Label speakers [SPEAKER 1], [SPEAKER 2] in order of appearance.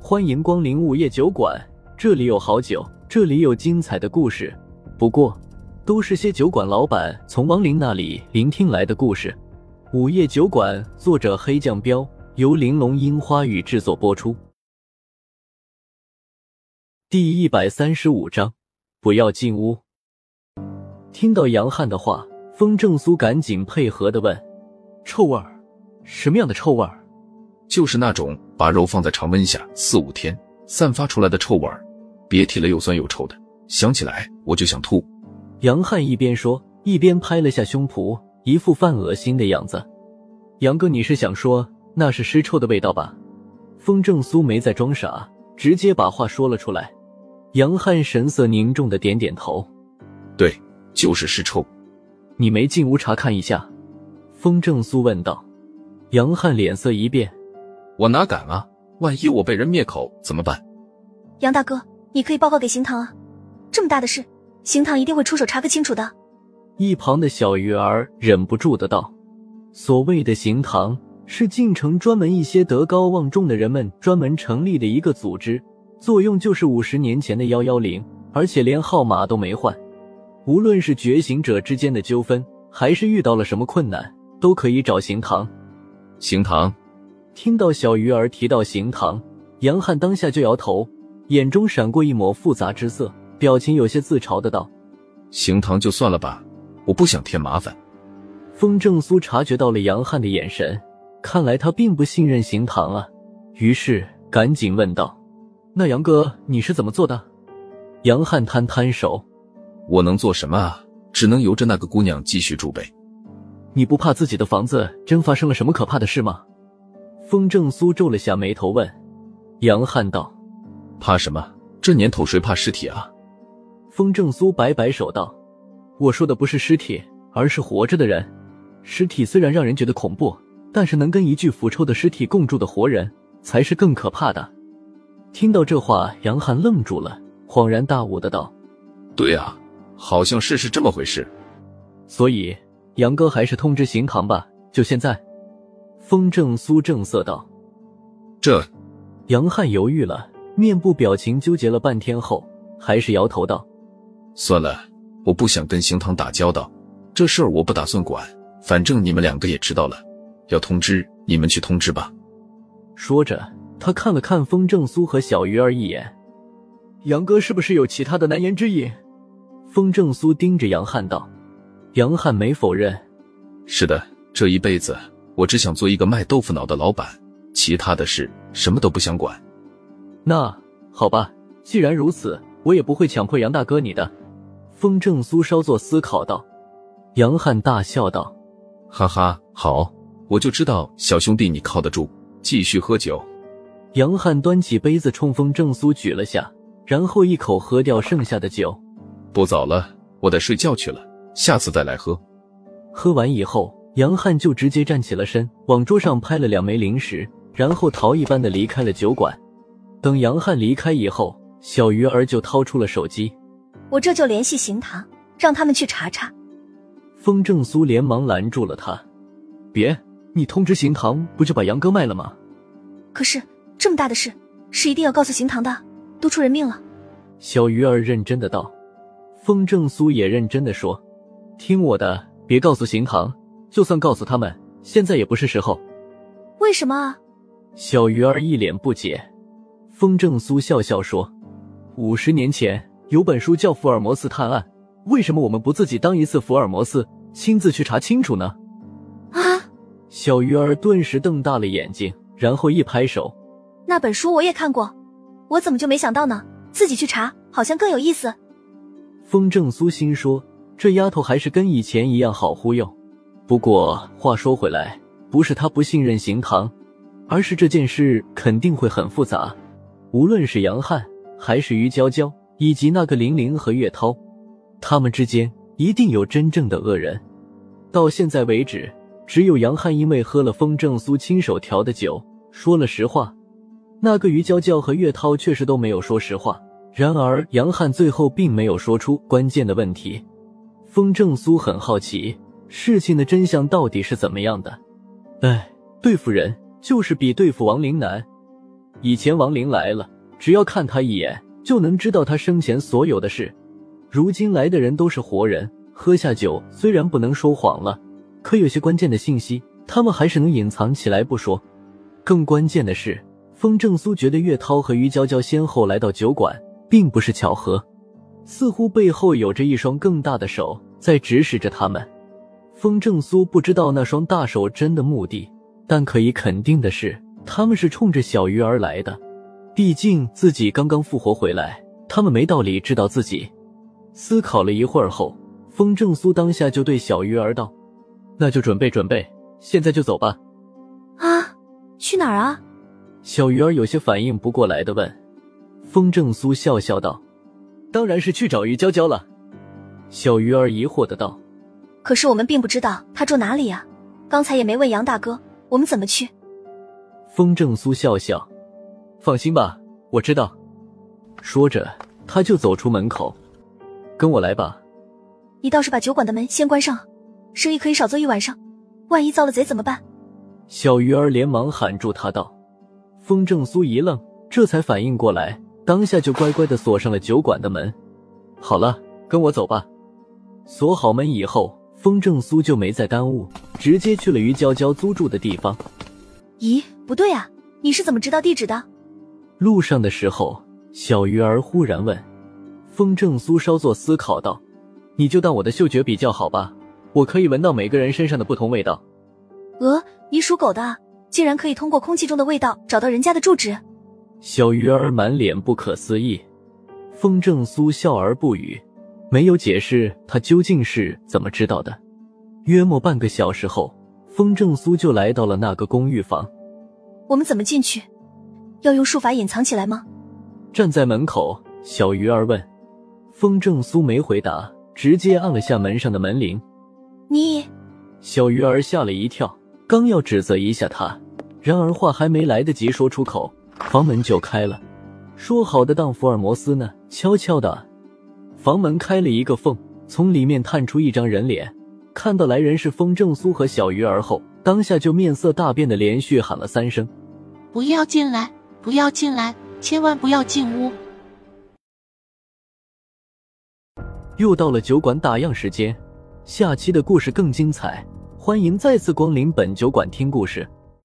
[SPEAKER 1] 欢迎光临午夜酒馆，这里有好酒，这里有精彩的故事。不过，都是些酒馆老板从亡灵那里聆听来的故事。午夜酒馆，作者黑酱标，由玲珑樱花雨制作播出。第一百三十五章，不要进屋。听到杨汉的话，风正苏赶紧配合的问：“
[SPEAKER 2] 臭味儿，
[SPEAKER 1] 什么样的臭味儿？
[SPEAKER 3] 就是那种把肉放在常温下四五天散发出来的臭味儿，别提了，又酸又臭的，想起来我就想吐。”
[SPEAKER 1] 杨汉一边说，一边拍了下胸脯，一副犯恶心的样子。“杨哥，你是想说那是尸臭的味道吧？”风正苏没在装傻，直接把话说了出来。杨汉神色凝重的点点头
[SPEAKER 3] 对，就是尸臭。：“
[SPEAKER 1] 你没进屋查看一下？”风正苏问道。杨汉脸色一变，
[SPEAKER 3] 我哪敢啊？万一我被人灭口怎么办？
[SPEAKER 4] 杨大哥，你可以报告给刑堂啊，这么大的事，刑堂一定会出手查个清楚的。
[SPEAKER 1] 一旁的小鱼儿忍不住的道：“所谓的刑堂是晋城专门一些德高望重的人们专门成立的一个组织，作用就是五十年前的幺幺零，而且连号码都没换。无论是觉醒者之间的纠纷，还是遇到了什么困难，都可以找刑堂。
[SPEAKER 3] 刑堂，
[SPEAKER 1] 听到小鱼儿提到刑堂，杨汉当下就摇头，眼中闪过一抹复杂之色，表情有些自嘲的道：“
[SPEAKER 3] 刑堂就算了吧，我不想添麻烦。
[SPEAKER 1] 风正苏察觉到了杨汉的眼神，看来他并不信任刑堂啊，于是赶紧问道：“那杨哥，你是怎么做的？”杨汉摊摊手
[SPEAKER 3] 我能做什么啊？只能由着那个姑娘继续住呗。：“
[SPEAKER 1] 你不怕自己的房子真发生了什么可怕的事吗？”风正苏皱了下眉头问：“杨汉道。
[SPEAKER 3] 怕什么？这年头谁怕尸体啊？”
[SPEAKER 1] 风正苏摆摆手道：“我说的不是尸体，而是活着的人。尸体虽然让人觉得恐怖，但是能跟一具腐臭的尸体共住的活人，才是更可怕的。”听到这话，杨汉愣住了，恍然大悟的道
[SPEAKER 3] 对啊，好像是是这么回事。：“
[SPEAKER 1] 所以，杨哥还是通知刑堂吧，就现在。”风正苏正色道。
[SPEAKER 3] 这
[SPEAKER 1] 杨汉犹豫了，面部表情纠结了半天后，还是摇头道。
[SPEAKER 3] 算了，我不想跟刑堂打交道，这事儿我不打算管，反正你们两个也知道了，要通知你们去通知吧。
[SPEAKER 1] 说着，他看了看风正苏和小鱼儿一眼。杨哥是不是有其他的难言之隐？风正苏盯着杨汉道。杨汉没否认。
[SPEAKER 3] 是的，这一辈子我只想做一个卖豆腐脑的老板，其他的事什么都不想管。
[SPEAKER 1] 那好吧，既然如此，我也不会强迫杨大哥你的。风正苏稍作思考道。杨汉大笑道
[SPEAKER 3] 哈哈，好，我就知道小兄弟你靠得住，继续喝酒。：“
[SPEAKER 1] 杨汉端起杯子冲风正苏举了下，然后一口喝掉剩下的酒。
[SPEAKER 3] 不早了，我得睡觉去了，下次再来喝。
[SPEAKER 1] 喝完以后，杨汉就直接站起了身，往桌上拍了两枚零食，然后逃一般的离开了酒馆。等杨汉离开以后，小鱼儿就掏出了手机。
[SPEAKER 4] 我这就联系刑堂，让他们去查查。
[SPEAKER 1] 风正苏连忙拦住了他：“别，你通知刑堂不就把杨哥卖了吗
[SPEAKER 4] 可是这么大的事，是一定要告诉刑堂的，都出人命了。？”
[SPEAKER 1] 小鱼儿认真的道。风正苏也认真的说：“听我的，别告诉刑堂，就算告诉他们，现在也不是时候。”
[SPEAKER 4] 为什么啊？
[SPEAKER 1] 小鱼儿一脸不解。风正苏笑笑说：“五十年前有本书叫《福尔摩斯探案》，为什么我们不自己当一次福尔摩斯，亲自去查清楚呢
[SPEAKER 4] 啊，？”
[SPEAKER 1] 小鱼儿顿时瞪大了眼睛，然后一拍手。
[SPEAKER 4] 那本书我也看过，我怎么就没想到呢？自己去查好像更有意思。
[SPEAKER 1] 风正苏心说：“这丫头还是跟以前一样好忽悠。”不过话说回来，不是她不信任刑堂，而是这件事肯定会很复杂。无论是杨汉，还是于娇娇，以及那个玲玲和岳涛，他们之间一定有真正的恶人。到现在为止，只有杨汉因为喝了风正苏亲手调的酒，说了实话。那个于娇娇和岳涛确实都没有说实话。然而，杨汉最后并没有说出关键的问题。风正苏很好奇事情的真相到底是怎么样的。哎，对付人就是比对付亡灵难。以前亡灵来了，只要看他一眼就能知道他生前所有的事。如今来的人都是活人，喝下酒虽然不能说谎了，可有些关键的信息他们还是能隐藏起来不说。更关键的是，风正苏觉得岳涛和于娇娇先后来到酒馆，并不是巧合，似乎背后有着一双更大的手在指使着他们。风正苏不知道那双大手真的目的，但可以肯定的是，他们是冲着小鱼儿来的。毕竟自己刚刚复活回来，他们没道理知道自己。思考了一会儿后，风正苏当下就对小鱼儿道：“那就准备准备，现在就走吧。
[SPEAKER 4] 啊，去哪儿啊？”
[SPEAKER 1] 小鱼儿有些反应不过来的问。风正苏笑笑道：“当然是去找于娇娇了。”小鱼儿疑惑的道。
[SPEAKER 4] 可是我们并不知道他住哪里呀、刚才也没问杨大哥，我们怎么去？
[SPEAKER 1] 风正苏笑笑：“放心吧，我知道。”说着，他就走出门口。跟我来吧。
[SPEAKER 4] 你倒是把酒馆的门先关上，生意可以少做一晚上。万一遭了贼怎么办？
[SPEAKER 1] 小鱼儿连忙喊住他道。风正苏一愣，这才反应过来，当下就乖乖的锁上了酒馆的门。好了，跟我走吧。锁好门以后，风正苏就没再耽误，直接去了于娇娇租住的地方。
[SPEAKER 4] 咦，不对啊，你是怎么知道地址的？
[SPEAKER 1] 路上的时候，小鱼儿忽然问。风正苏稍作思考道：“你就当我的嗅觉比较好吧，我可以闻到每个人身上的不同味道。
[SPEAKER 4] 呃，你属狗的啊，竟然可以通过空气中的味道找到人家的住址。”
[SPEAKER 1] 小鱼儿满脸不可思议。风正苏笑而不语，没有解释他究竟是怎么知道的。约莫半个小时后，风正苏就来到了那个公寓房。
[SPEAKER 4] 我们怎么进去？要用术法隐藏起来吗？
[SPEAKER 1] 站在门口，小鱼儿问。风正苏没回答，直接按了下门上的门铃。
[SPEAKER 4] 你
[SPEAKER 1] 小鱼儿吓了一跳，刚要指责一下他，然而话还没来得及说出口，房门就开了。说好的当福尔摩斯呢？悄悄的，房门开了一个缝，从里面探出一张人脸。看到来人是风正苏和小鱼儿后，当下就面色大变的连续喊了三声。
[SPEAKER 2] 不要进来，不要进来，千万不要进屋。
[SPEAKER 1] 又到了酒馆打烊时间，下期的故事更精彩，欢迎再次光临本酒馆听故事。